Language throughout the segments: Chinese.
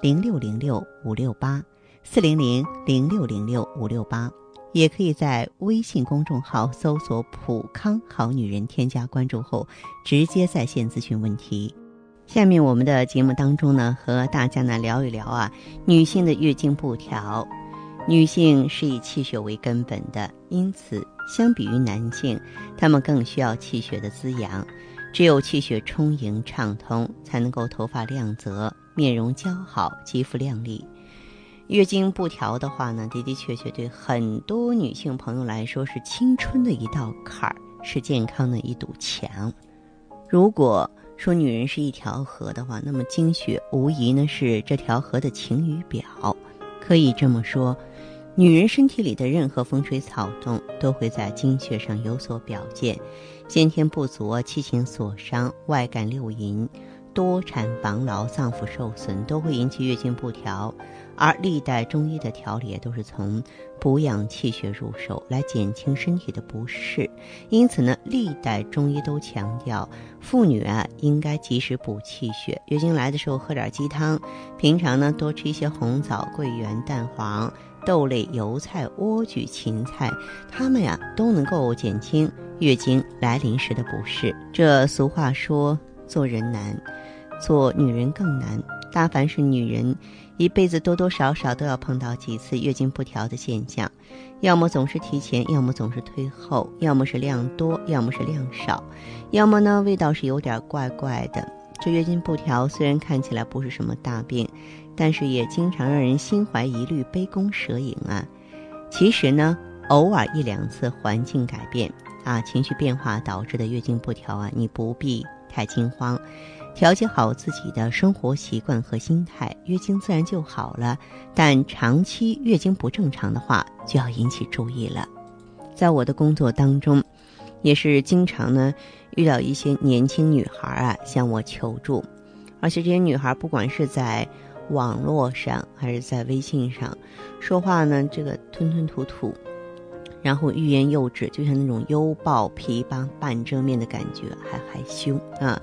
零六零六五六八四零零零六零六五六八，也可以在微信公众号搜索“普康好女人”，添加关注后直接在线咨询问题。下面我们的节目当中呢，和大家呢聊一聊啊，女性的月经不调。女性是以气血为根本的，因此相比于男性，她们更需要气血的滋养。只有气血充盈畅通，才能够头发亮泽、面容姣好、肌肤靓丽。月经不调的话呢，的的确确对很多女性朋友来说是青春的一道坎儿，是健康的一堵墙。如果说女人是一条河的话，那么经血无疑呢是这条河的晴雨表。可以这么说，女人身体里的任何风吹草动都会在经血上有所表现，先天不足啊、七情所伤、外感六淫、多产防痨、脏腑受损，都会引起月经不调。而历代中医的调理也都是从补养气血入手，来减轻身体的不适。因此呢，历代中医都强调，妇女啊应该及时补气血。月经来的时候喝点鸡汤，平常呢多吃一些红枣、桂圆、蛋黄、豆类、油菜、莴苣、芹菜，它们呀都能够减轻月经来临时的不适。这俗话说，做人难，做女人更难。大凡是女人，一辈子多多少少都要碰到几次月经不调的现象，要么总是提前，要么总是推后，要么是量多，要么是量少，要么呢味道是有点怪怪的。这月经不调虽然看起来不是什么大病，但是也经常让人心怀疑虑、杯弓蛇影啊。其实呢，偶尔一两次环境改变啊、情绪变化导致的月经不调啊，你不必太惊慌。调节好自己的生活习惯和心态，月经自然就好了。但长期月经不正常的话，就要引起注意了。在我的工作当中，也是经常呢遇到一些年轻女孩啊向我求助，而且这些女孩不管是在网络上还是在微信上，说话呢这个吞吞吐吐，然后欲言又止，就像那种犹抱琵琶半遮面的感觉，还害羞啊。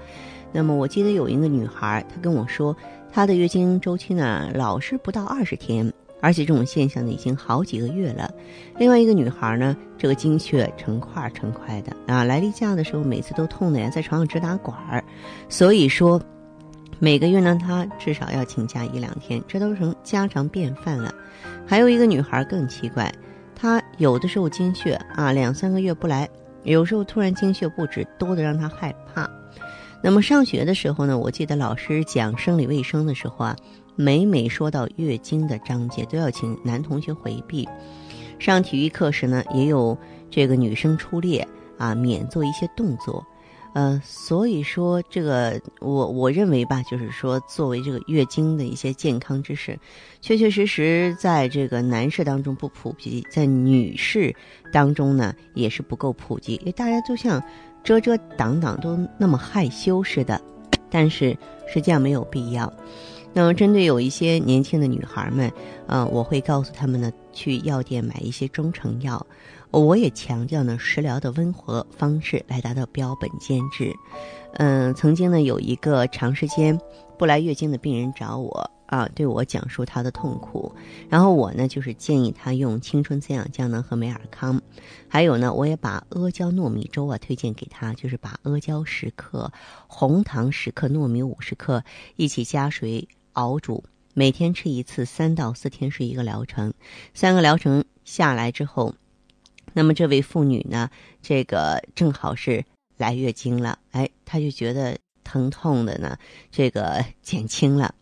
那么我记得有一个女孩，她跟我说，她的月经周期呢老是不到二十天，而且这种现象呢已经好几个月了。另外一个女孩呢，这个经血成块成块的啊，来例假的时候每次都痛的呀，在床上直打滚儿。所以说，每个月呢她至少要请假一两天，这都成家常便饭了。还有一个女孩更奇怪，她有的时候经血啊两三个月不来，有时候突然经血不止，多的让她害怕。那么上学的时候呢，我记得老师讲生理卫生的时候啊，每每说到月经的章节，都要请男同学回避。上体育课时呢，也有这个女生出列啊，免做一些动作。呃，所以说这个我我认为吧，就是说作为这个月经的一些健康知识，确确实实在这个男士当中不普及，在女士当中呢也是不够普及，因为大家都像。遮遮挡挡都那么害羞似的，但是实际上没有必要。那么，针对有一些年轻的女孩们，呃，我会告诉她们呢，去药店买一些中成药。呃我也强调呢，食疗的温和方式来达到标本兼治。嗯、呃，曾经呢，有一个长时间不来月经的病人找我。啊，对我讲述她的痛苦，然后我呢就是建议她用青春滋养胶囊和美尔康，还有呢，我也把阿胶糯米粥啊推荐给她，就是把阿胶十克、红糖十克、糯米五十克一起加水熬煮。每天吃一次，三到四天是一个疗程。三个疗程下来之后，那么这位妇女呢，这个正好是来月经了，哎，她就觉得疼痛的呢，这个减轻了。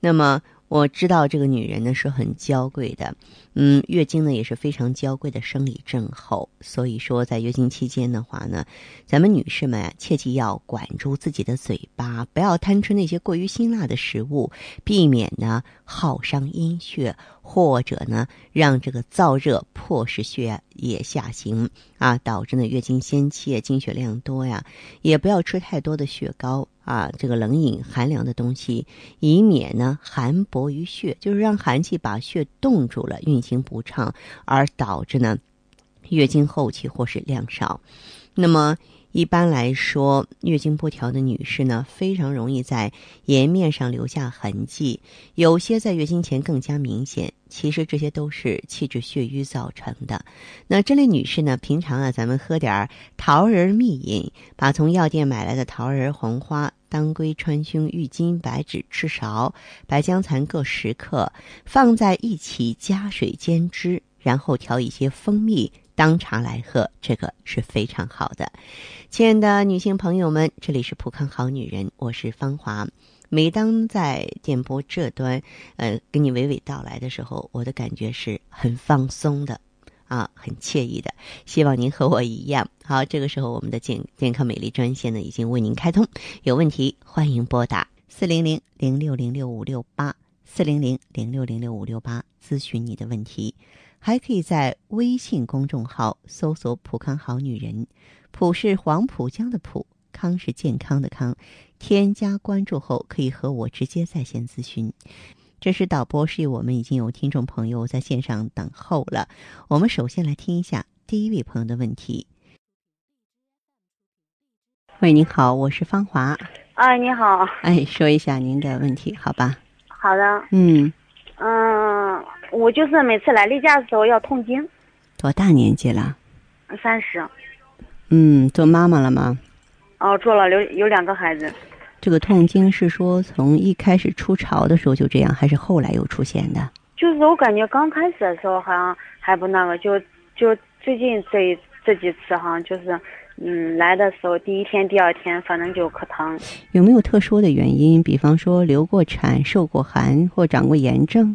那么我知道这个女人呢是很娇贵的，嗯，月经呢也是非常娇贵的生理症候，所以说在月经期间的话呢，咱们女士们啊，切记要管住自己的嘴巴，不要贪吃那些过于辛辣的食物，避免呢耗伤阴血，或者呢让这个燥热迫使血液下行啊，导致呢月经先切，经血量多呀。也不要吃太多的雪糕啊，这个冷饮寒凉的东西，以免呢寒薄于血，就是让寒气把血冻住了，运行不畅，而导致呢月经后期或是量少。那么一般来说，月经不调的女士呢，非常容易在颜面上留下痕迹，有些在月经前更加明显。其实这些都是气滞血瘀造成的。那这类女士呢，平常啊，咱们喝点儿桃仁蜜饮，把从药店买来的桃仁、黄花、当归、川芎、郁金、白芷、赤芍、白姜残各十克，放在一起加水煎汁，然后调一些蜂蜜。当茶来喝，这个是非常好的。亲爱的女性朋友们，这里是普康好女人，我是芳华。每当在电波这端，呃，跟你娓娓道来的时候，我的感觉是很放松的，啊，很惬意的。希望您和我一样。好，这个时候我们的健健康美丽专线呢，已经为您开通，有问题欢迎拨打四零零零六零六五六八四零零零六零六五六八咨询你的问题。还可以在微信公众号搜索“浦康好女人”，浦是黄浦江的浦，康是健康的康。添加关注后，可以和我直接在线咨询。这是导播示意，我们已经有听众朋友在线上等候了。我们首先来听一下第一位朋友的问题。喂，您好，我是芳华。哎，你好，哎，说一下您的问题，好吧？好的，嗯，嗯，我就是每次来例假的时候要痛经，多大年纪了？三十，嗯，做妈妈了吗？哦，做了有有两个孩子，这个痛经是说从一开始初潮的时候就这样，还是后来又出现的？就是我感觉刚开始的时候好像还不那个，就就最近这一这几次好像就是，嗯，来的时候第一天、第二天，反正就可疼，有没有特殊的原因？比方说流过产、受过寒或长过炎症？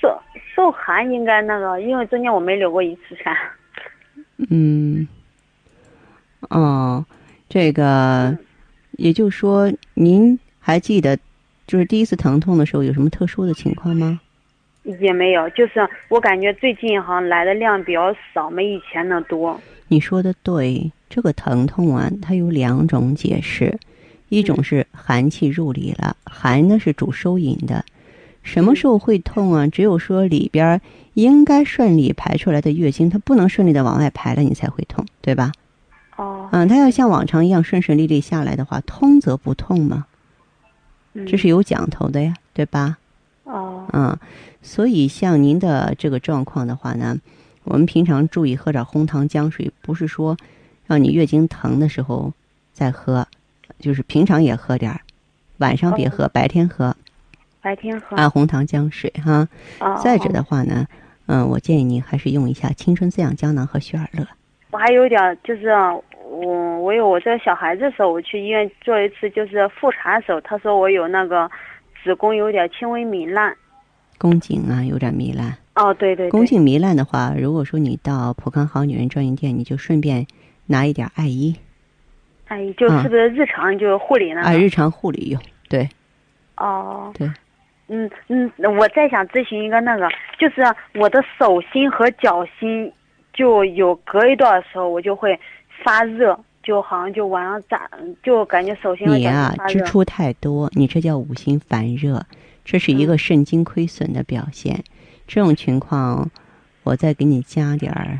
受受寒应该那个，因为中间我没流过一次产，嗯，哦，这个，也就是说，您还记得就是第一次疼痛的时候有什么特殊的情况吗？也没有，就是我感觉最近好像来的量比较少，没以前那多，你说的对，这个疼痛啊，它有两种解释，一种是寒气入里了，寒呢是主收引的。什么时候会痛啊？只有说里边儿应该顺利排出来的月经，它不能顺利的往外排了，你才会痛，对吧？哦，嗯，它要像往常一样顺顺利利下来的话，通则不痛嘛，嗯这是有讲头的呀，对吧？哦，嗯，所以像您的这个状况的话呢，我们平常注意喝点红糖姜水，不是说让你月经疼的时候再喝，就是平常也喝点儿，晚上别哦喝，白天喝白天喝，啊，红糖姜水哈。哦再者哦的话呢，嗯，我建议您还是用一下青春滋养胶囊和雪尔乐。我还有点儿就是啊我我有我这个小孩子的时候，我去医院做一次就是复查的时候，他说我有那个子宫有点轻微糜烂。宫颈啊，有点糜烂。哦，对对对，宫颈糜烂的话，如果说你到普康好女人专营店，你就顺便拿一点儿艾依哎，就是不是日常就护理呢？啊，日常护理用。对，哦，对，嗯嗯，我再想咨询一个那个，就是我的手心和脚心，就有隔一段儿的时候我就会发热，就好像就晚上咋就感觉手心和你脚啊心发，支热。出太多，你这叫五心烦热，这是嗯一个肾精亏损的表现。这种情况，我再给你加点儿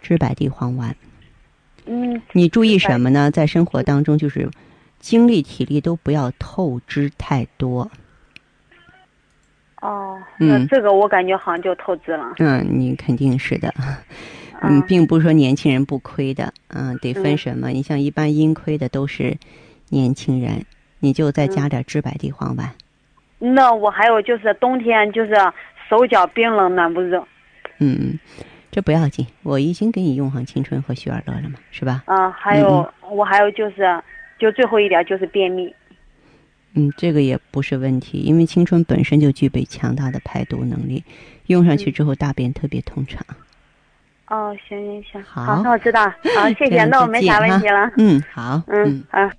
知柏地黄丸。嗯，你注意知嗯柏什么呢？在生活当中，就是精力、体力都不要透支太多。哦，嗯那这个我感觉好像就透支了。嗯，你肯定是的。啊嗯，并不是说年轻人不亏的，嗯，得分嗯什么？你像一嗯般阴亏的都是年轻人，你就再加点儿知柏地黄丸。那我还有就是冬天就是手脚冰冷暖不热，嗯，这不要紧，我已经给你用上青春和雪尔乐了嘛，是吧？嗯、还有、我还有就是就最后一点就是便秘，嗯，这个也不是问题，因为青春本身就具备强大的排毒能力，用上去之后大便特别通畅。啊哦，行行行，好，好那我知 道了，好，谢这谢，样那我再没啥见问哈题了，嗯，好，嗯啊。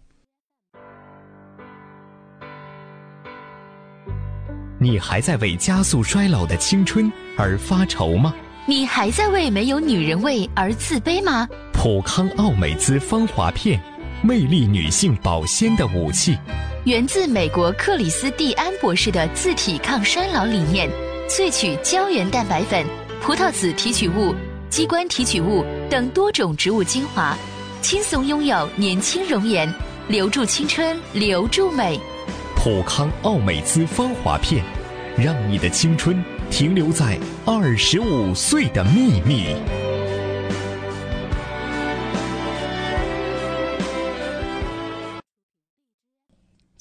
你还在为加速衰老的青春而发愁吗？你还在为没有女人味而自卑吗？普康奥美姿芳华片，魅力女性保鲜的武器。源自美国克里斯蒂安博士的自体抗衰老理念，萃取胶原蛋白粉、葡萄籽提取物、鸡冠提取物等多种植物精华，轻松拥有年轻容颜，留住青春，留住美。普康奥美姿芳华片，让你的青春停留在二十五岁的秘密。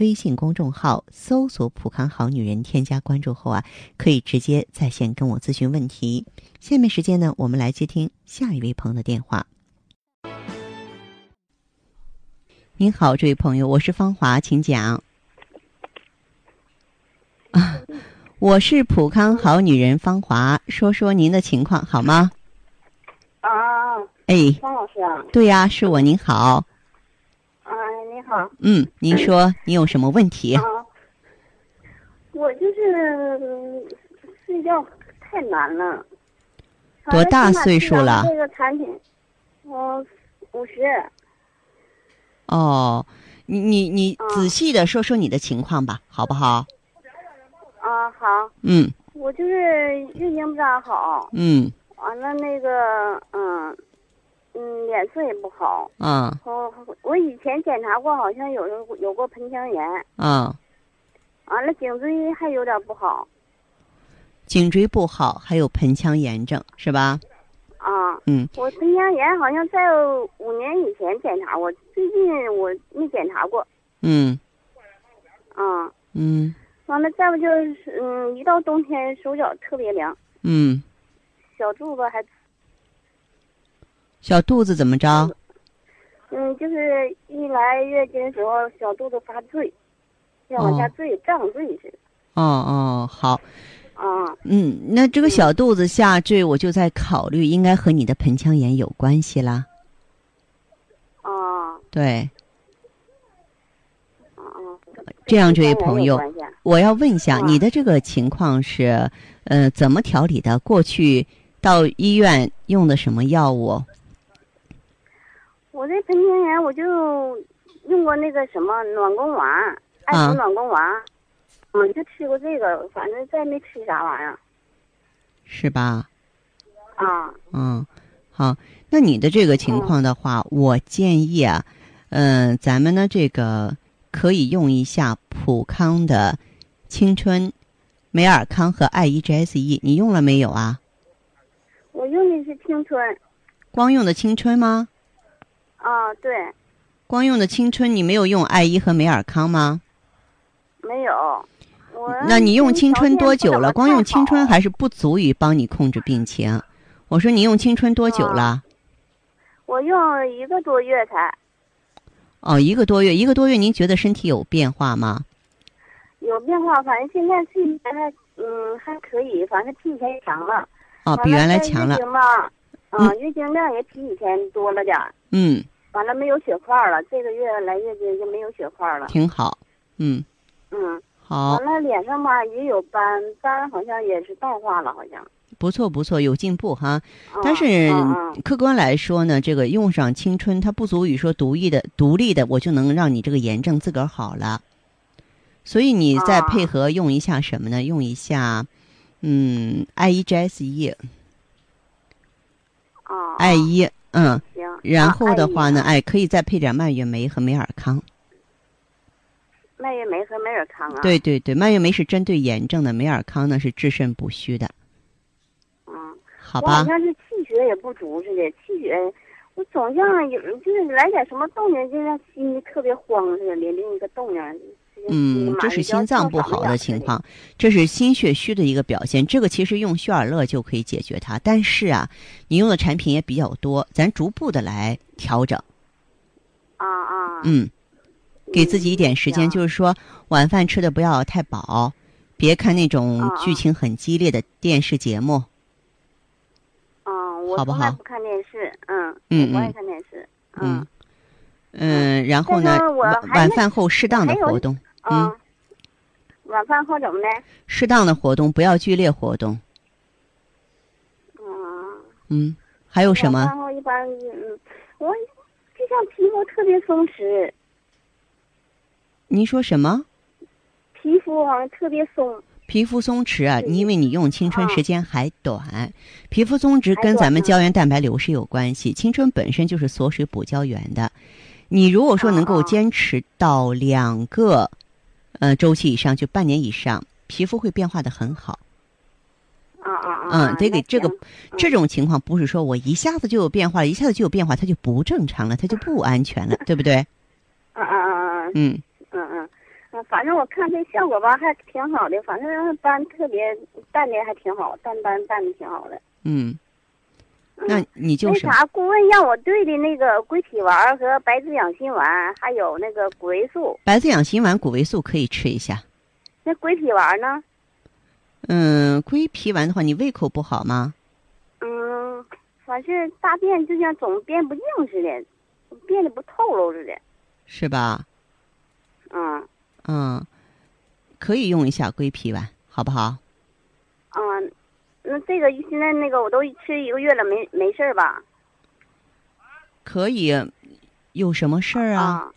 微信公众号搜索“普康好女人”，添加关注后啊，可以直接在线跟我咨询问题。下面时间呢，我们来接听下一位朋友的电话。您好，这位朋友，我是芳华，请讲。啊，我是普康好女人芳华，说说您的情况好吗？啊，哎，方老师啊，对呀、是我，您好，啊，你好，嗯，您说您有什么问题？啊，我就是嗯睡觉太难了。多大岁数了反正起码吃这个产品，我五十。哦，你你你嗯仔细的说说你的情况吧，好不好？啊，好，嗯我就是运行不咋好，嗯完了那个，嗯，嗯，脸色也不好。啊我我以前检查过，好像有有有过盆腔炎，啊，完了颈椎还有点不好颈椎不好，还有盆腔炎症是吧？啊。嗯，我盆腔炎好像在五年以前检查过，最近我没检查过。嗯啊，嗯完了，再不就是，嗯，一到冬天手脚特别凉，嗯，小肚子还，小肚子怎么着？嗯，就是一来月经的时候小肚子发坠，要往下哦坠，胀坠似的。哦哦，好，啊，嗯，那这个小肚子下坠，我就在考虑，应该和你的盆腔炎有关系啦。啊，对，啊啊！这样，这位跟朋人有友，关系啊我要问一下，啊你的这个情况是，呃，怎么调理的？过去到医院用的什么药物？我这盆腔炎我就用过那个什么暖宫丸，艾啊灸暖宫丸，嗯，就吃过这个，反正再没吃啥玩意儿。是吧？啊，嗯，好，那你的这个情况的话，我建议啊，嗯、咱们呢这个可以用一下普康的青春、美尔康和 I E G S E，你用了没有啊？我用的是青春。光用的青春吗？啊，对，光用的青春，你没有用 I E 和美尔康吗？没有。我那你用青春多久嗯条件不怎么了？光用青春太好还是不足以帮你控制病情。我说你用青春多久了？嗯我用一个多月才哦，一个多月，一个多月，您觉得身体有变化吗？有变化，反正现在睡眠还嗯还可以，反正比以前强了。哦，比完原来在强月了。经吧，啊，月经量也比以前多了点儿。嗯，完了没有血块了，这个月来月经就没有血块了。挺好。嗯，嗯，好完，了脸上吧也有斑，斑好像也是淡化了，好像。不错不错，有进步哈。嗯啊但是啊客观来说呢，这个用上青春，它不足以说独立的、独立的，我就能让你这个炎症自个儿好了。所以你再啊配合用一下什么呢？用一下，嗯，I E G S E 啊啊 I E 嗯，哦行。然后的啊话呢，，艾哎，可以再配点蔓越莓和美尔康。叶蔓越莓和美尔康啊。对。对对，蔓越莓是针对炎症的，美尔康呢是治肾补虚的，嗯，好我好吧？像是气血也不足似的，气血我总像有就是来点什么动静，就让心里特别慌似的，连另一个动静。嗯，这这是心脏不好的情。况，这是心血虚的一个表现。这个其实用血尔乐就可以解决它，但是啊，你用的产品也比较多，咱逐步的来调整。啊啊。嗯嗯，给自己一点时间，行就是说晚饭吃的不要太饱，别看那种啊啊剧情很激烈的电视节目。嗯，我好不从来好不看电视，嗯，嗯我不爱嗯看电视，嗯，嗯，然后呢但啊是，我晚还晚是饭后适当的还有活动，嗯嗯晚饭后怎么的？适当的活动，不要剧烈活动。嗯，嗯，还有什晚么？饭后一般，嗯，我就像皮肤特别松弛，您说什么？皮肤好像特别松，皮肤松弛啊，对因为你用青春啊时间还短，皮肤松弛还跟咱短们呢胶原蛋白流失有关哦系。青春本身就是锁水补胶原的，你如果说能够啊啊坚持到两个，呃，周期以上，就半年以上，皮肤会变化的很好。啊啊啊！嗯，得那给这个行这种情况，不是说我一下子就有变化，一下子就有变化，它就不正常了，它就不安全了，嗯对不对？啊啊啊啊，嗯，嗯嗯。嗯，反正我看这效果吧，还挺好的。反正斑特别淡的还挺好，淡斑淡的挺好的。嗯，嗯、那你就那是啥，顾问让我兑的那个归脾丸儿和白芷养心丸，还有那个谷维素。白子养心丸、谷维素可以吃一下。那归脾丸呢？嗯，归脾丸的话，你胃口不好吗？嗯，反正大便就像总便不硬似的，便的不透漏似的。是吧？嗯嗯，可以用一下归脾丸，好不好？嗯，那这个现在那个我都吃一个月了，没没事儿吧？可以，有什么事儿啊？啊。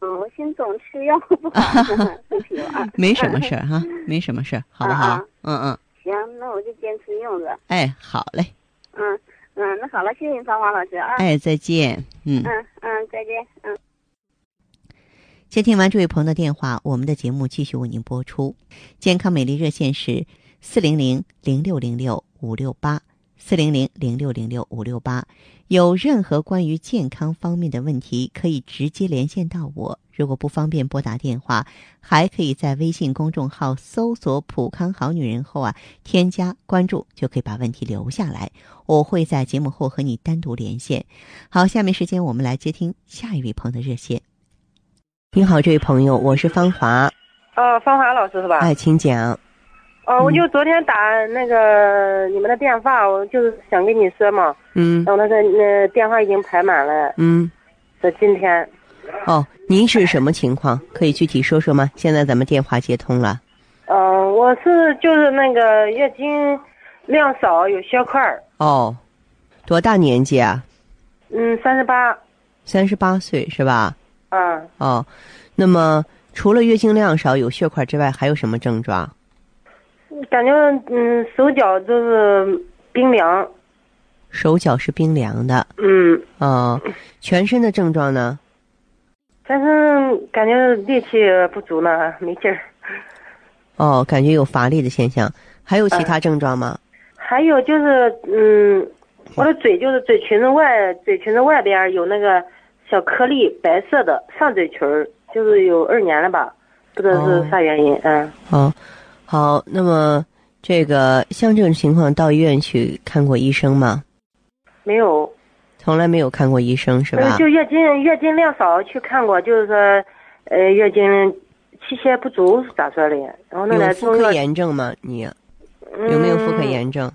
嗯，我寻思总吃药不好，归脾丸。没什么事儿哈，没什么事儿，好不好啊？嗯嗯，行，那我就坚持用着。哎，好嘞，嗯嗯，那好了，谢谢你，芳华老师啊。哎，再见，嗯。嗯嗯，再见。嗯。接听完这位朋友的电话，我们的节目继续为您播出。健康美丽热线是四零零零六零六五六八四零零零六零六五六八。有任何关于健康方面的问题，可以直接连线到我。如果不方便拨打电话，还可以在微信公众号搜索“普康好女人”后啊，添加关注，就可以把问题留下来。我会在节目后和你单独连线。好，下面时间我们来接听下一位朋友的热线。你好，这位朋友，我是芳华，呃，芳华老师是吧？哎，嗯请讲。呃，我就昨天打那个你们的电话，我就是想跟你说嘛，嗯然后那个那电话已经排满了，嗯，这今天哦，您是什么情况？可以具体说说吗？现在咱们电话接通了。嗯、呃我是就是那个月经量少，有血块儿，哦，多大年纪啊？嗯，三十八，三十八岁是吧？啊，哦，那么除了月经量少、有血块之外，还有什么症状？感觉嗯手脚就是冰凉，手脚是冰凉的，嗯，哦，全身的症状呢？但是感觉力气不足呢，没劲儿。哦，感觉有乏力的现象，还有其他症状吗？还有就是，嗯，我的嘴就是嘴裙子外，嘴裙子外边儿有那个小颗粒，白色的上嘴唇儿，就是有二年了吧，不知道是啥原因，嗯。哦，好，那么这个像这种情况到医院去看过医生吗？没有，从来没有看过医生是呃吧？就月经月经量少去看过，就是说，呃，月经气血不足是咋说的？然后那有个妇中科药炎症吗？你有没有妇科？嗯炎症？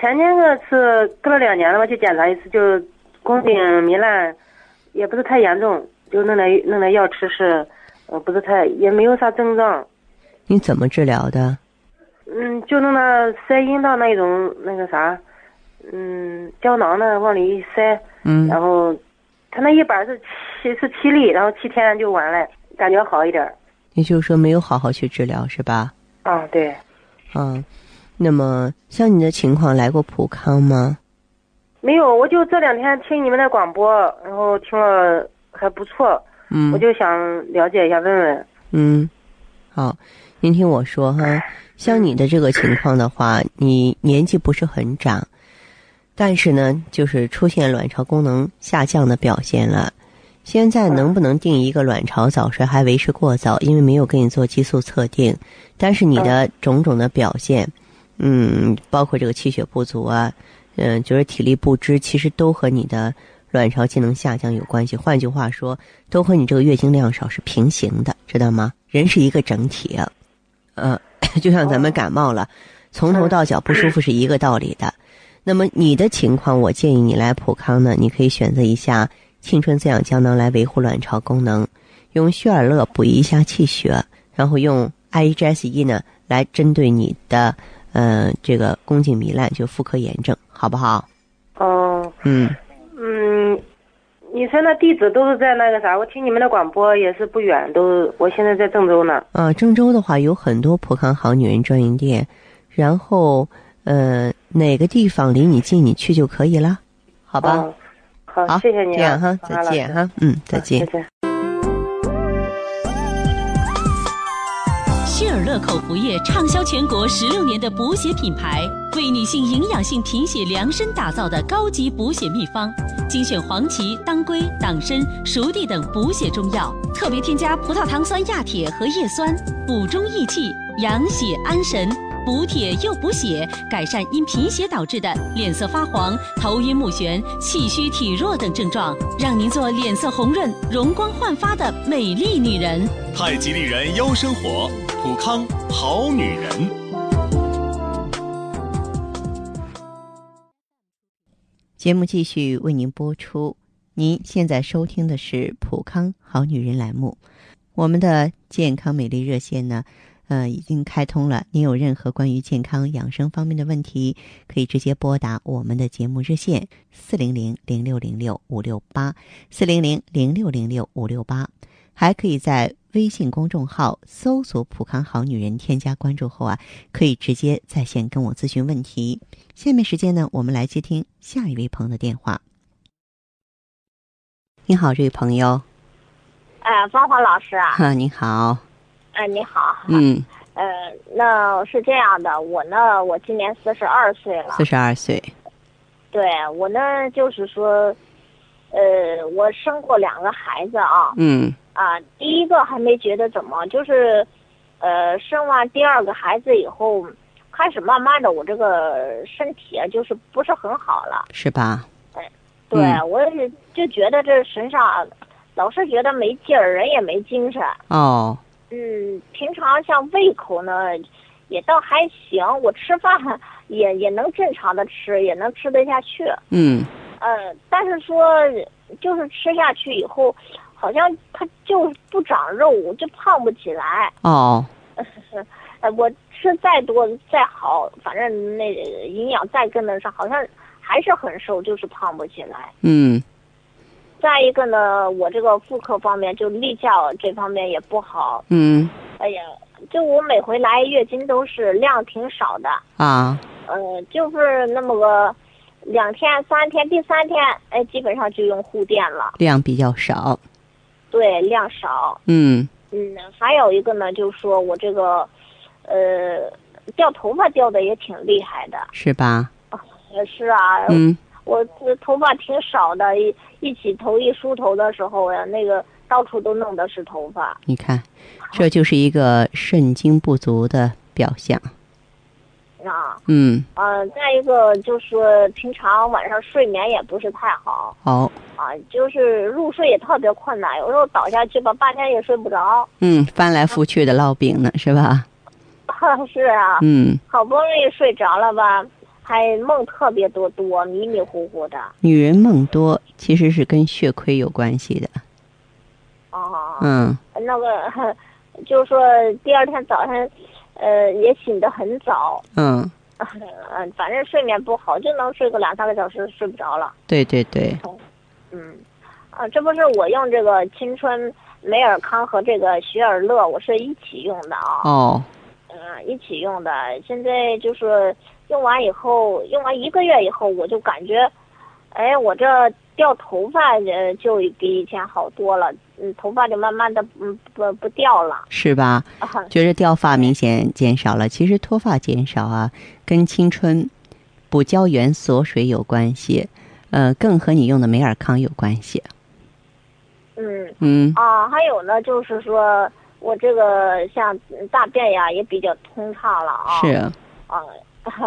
前年个是隔了两年了吧，去检查一次，就是宫颈糜烂，也不是太严重，就弄点弄点药吃是，呃，不是太也没有啥症状，你怎么治疗的？嗯，就弄那塞阴道那一种那个啥，嗯，胶囊呢往里一塞，嗯然后他那一板是七是七粒，然后七天就完了，感觉好一点儿。也就是说没有好好去治疗是吧？啊啊，对，嗯，那么像你的情况来过普康吗？没有，我就这两天听你们的广播，然后听了还不错，嗯我就想了解一下问问。嗯，好，您听我说哈，像你的这个情况的话，你年纪不是很长，但是呢，就是出现卵巢功能下降的表现了。现在能不能定一个卵巢早衰还为时过早，因为没有给你做激素测定。但是你的种种的表现，嗯，包括这个气血不足啊，嗯，就是体力不支，其实都和你的卵巢机能下降有关系。换句话说，都和你这个月经量少是平行的，知道吗？人是一个整体啊，呃， 就像咱们感冒了，从头到脚不舒服是一个道理的。那么你的情况，我建议你来普康呢，你可以选择一下青春滋养胶囊来维护卵巢功能，用血尔乐补一下气血，然后用 IEGS 一呢来针对你的呃这个宫颈糜烂，就妇科炎症，好不好？哦，嗯，嗯，你说那地址都是在那个啥？我听你们的广播也是不远，都我现在在郑州呢。呃，郑州的话有很多普康好女人专营店，然后呃哪个地方离你近你去就可以了，好好吧？哦、好，好，谢谢你、啊，这样哈，王再老师见，哈，嗯，再见再。见。希尔乐口服液畅销全国十六年的补血品牌，为女性营养性贫血量身打造的高级补血秘方，精选黄芪、当归、党参、熟地等补血中药，特别添加葡萄糖酸亚铁和叶酸，补中益气、养血安神。补铁又补血，改善因贫血导致的脸色发黄、头晕目眩、气虚体弱等症状，让您做脸色红润、容光焕发的美丽女人。太极丽人优生活，普康好女人。节目继续为您播出。您现在收听的是《普康好女人》栏目，我们的健康美丽热线呢，呃，已经开通了。您有任何关于健康养生方面的问题，可以直接拨打我们的节目热线四零零零六零六五六八四零零零六零六五六八，还可以在微信公众号搜索“普康好女人”，添加关注后啊，可以直接在线跟我咨询问题。下面时间呢，我们来接听下一位朋友的电话。你好，这位朋友，啊，芳华老师啊， 哈，你好，嗯、你好，嗯，呃，那是这样的，我呢，我今年四十二岁了，四十二岁，对我呢，就是说，呃，我生过两个孩子啊，嗯啊，第一个还没觉得怎么，就是，呃，生完第二个孩子以后，开始慢慢的我这个身体啊，就是不是很好了。是吧？对、嗯我也就觉得这身上老是觉得没劲儿，人也没精神。哦，嗯，平常像胃口呢，也倒还行，我吃饭也也能正常的吃，也能吃得下去。嗯，呃，但是说就是吃下去以后，好像它就是不长肉，我就胖不起来。哦，呃，我吃再多再好，反正那营养再跟得上，好像还是很瘦，就是胖不起来。嗯，再一个呢，我这个妇科方面就例假这方面也不好，嗯，哎呀，就我每回来月经都是量挺少的，啊，呃，就是那么个两天三天，第三天哎，基本上就用护垫了，量比较少，对，量少。嗯，嗯，还有一个呢，就是说我这个，呃，掉头发掉的也挺厉害的。是吧？也是啊，嗯，我这头发挺少的，一一起头一梳头的时候呀，那个到处都弄的是头发。你看，这就是一个肾精不足的表象。啊，嗯，呃，再一个就是平常晚上睡眠也不是太好好，啊，就是入睡也特别困难，有时候倒下去吧，半天也睡不着。 嗯，翻来覆去的烙饼呢，是吧？是啊，嗯，好不容易睡着了吧，还梦特别多多，迷迷糊糊的。啊女人梦多其实是跟血亏有关系的。哦、嗯，那个就是说第二天早上，呃，也醒得很早，嗯，嗯，反正睡眠不好，就能睡个两三个小时，睡不着了。对对对，嗯，啊，这不是我用这个青春美尔康和这个雪尔乐，我是一起用的啊，哦，嗯，一起用的。现在就是用完以后，用完一个月以后，我就感觉哎，我这掉头发呃就比以前好多了，嗯，头发就慢慢的嗯不不掉了。 是吧？啊觉着掉发明显减少了，其实脱发减少啊，跟青春补胶原锁水有关系，呃，更和你用的美尔康有关系。嗯嗯，啊，还有呢，就是说我这个像大便呀也比较通畅了啊。是，啊，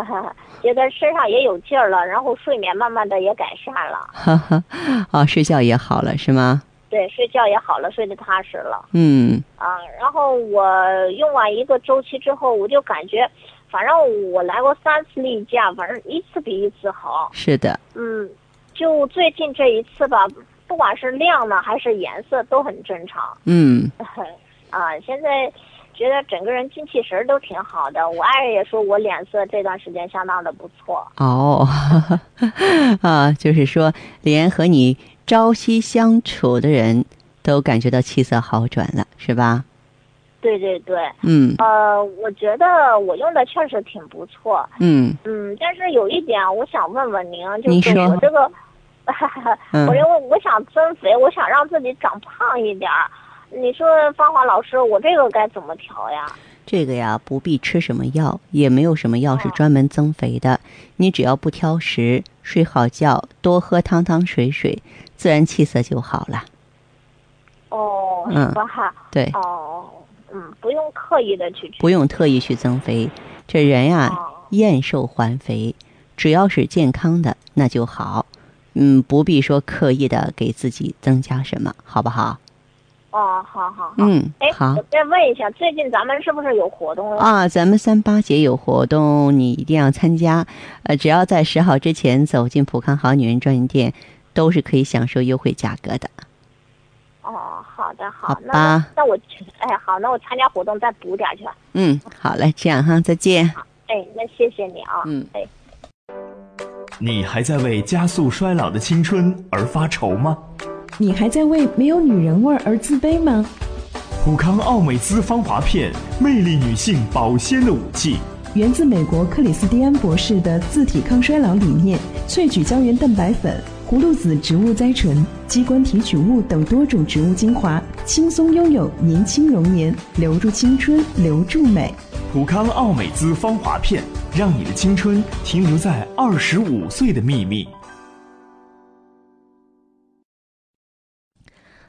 觉得身上也有劲儿了，然后睡眠慢慢的也改善了，哈哈， 哦，睡觉也好了是吗？对，睡觉也好了，睡得踏实了嗯，啊。然后我用完一个周期之后，我就感觉，反正我来过三次例假，反正一次比一次好。是的，嗯，就最近这一次吧，不管是量呢还是颜色都很正常嗯，啊。现在觉得整个人精气神儿都挺好的，我爱人也说我脸色这段时间相当的不错。哦， 啊，就是说，连和你朝夕相处的人都感觉到气色好转了，是吧？对对对，嗯呃，我觉得我用的确实挺不错，嗯嗯，但是有一点我想问问您，就您是说我这 个，嗯我因为我想增肥，我想让自己长胖一点儿。你说芳华老师，我这个该怎么调呀？这个呀，不必吃什么药，也没有什么药是哦专门增肥的。你只要不挑食，睡好觉，多喝汤汤水水，自然气色就好了。哦，嗯是吧？对，哦，嗯，不用刻意的去吃。不用特意去增肥，这人呀，哦燕瘦还肥，只要是健康的那就好。嗯，不必说刻意的给自己增加什么，好不好？哦，好好好。嗯哎，，好我再问一下，最近咱们是不是有活动了？啊，咱们三八节有活动，你一定要参加。呃，只要在十号之前走进普康好女人专营店，都是可以享受优惠价格的。哦，好的，好好。那吧那我去，哎，好，那我参加活动再补点儿去吧。嗯，好嘞，这样哈，再见。哎，那谢谢你啊。嗯，哎。你还在为加速衰老的青春而发愁吗？你还在为没有女人味儿而自卑吗？普康奥美姿芳华片，魅力女性保鲜的武器。源自美国克里斯蒂安博士的自体抗衰老理念，萃取胶原蛋白粉、葫芦籽植物甾醇、鸡冠提取物等多种植物精华，轻松拥有年轻容颜，留住青春，留住美。普康奥美姿芳华片，让你的青春停留在二十五岁的秘密。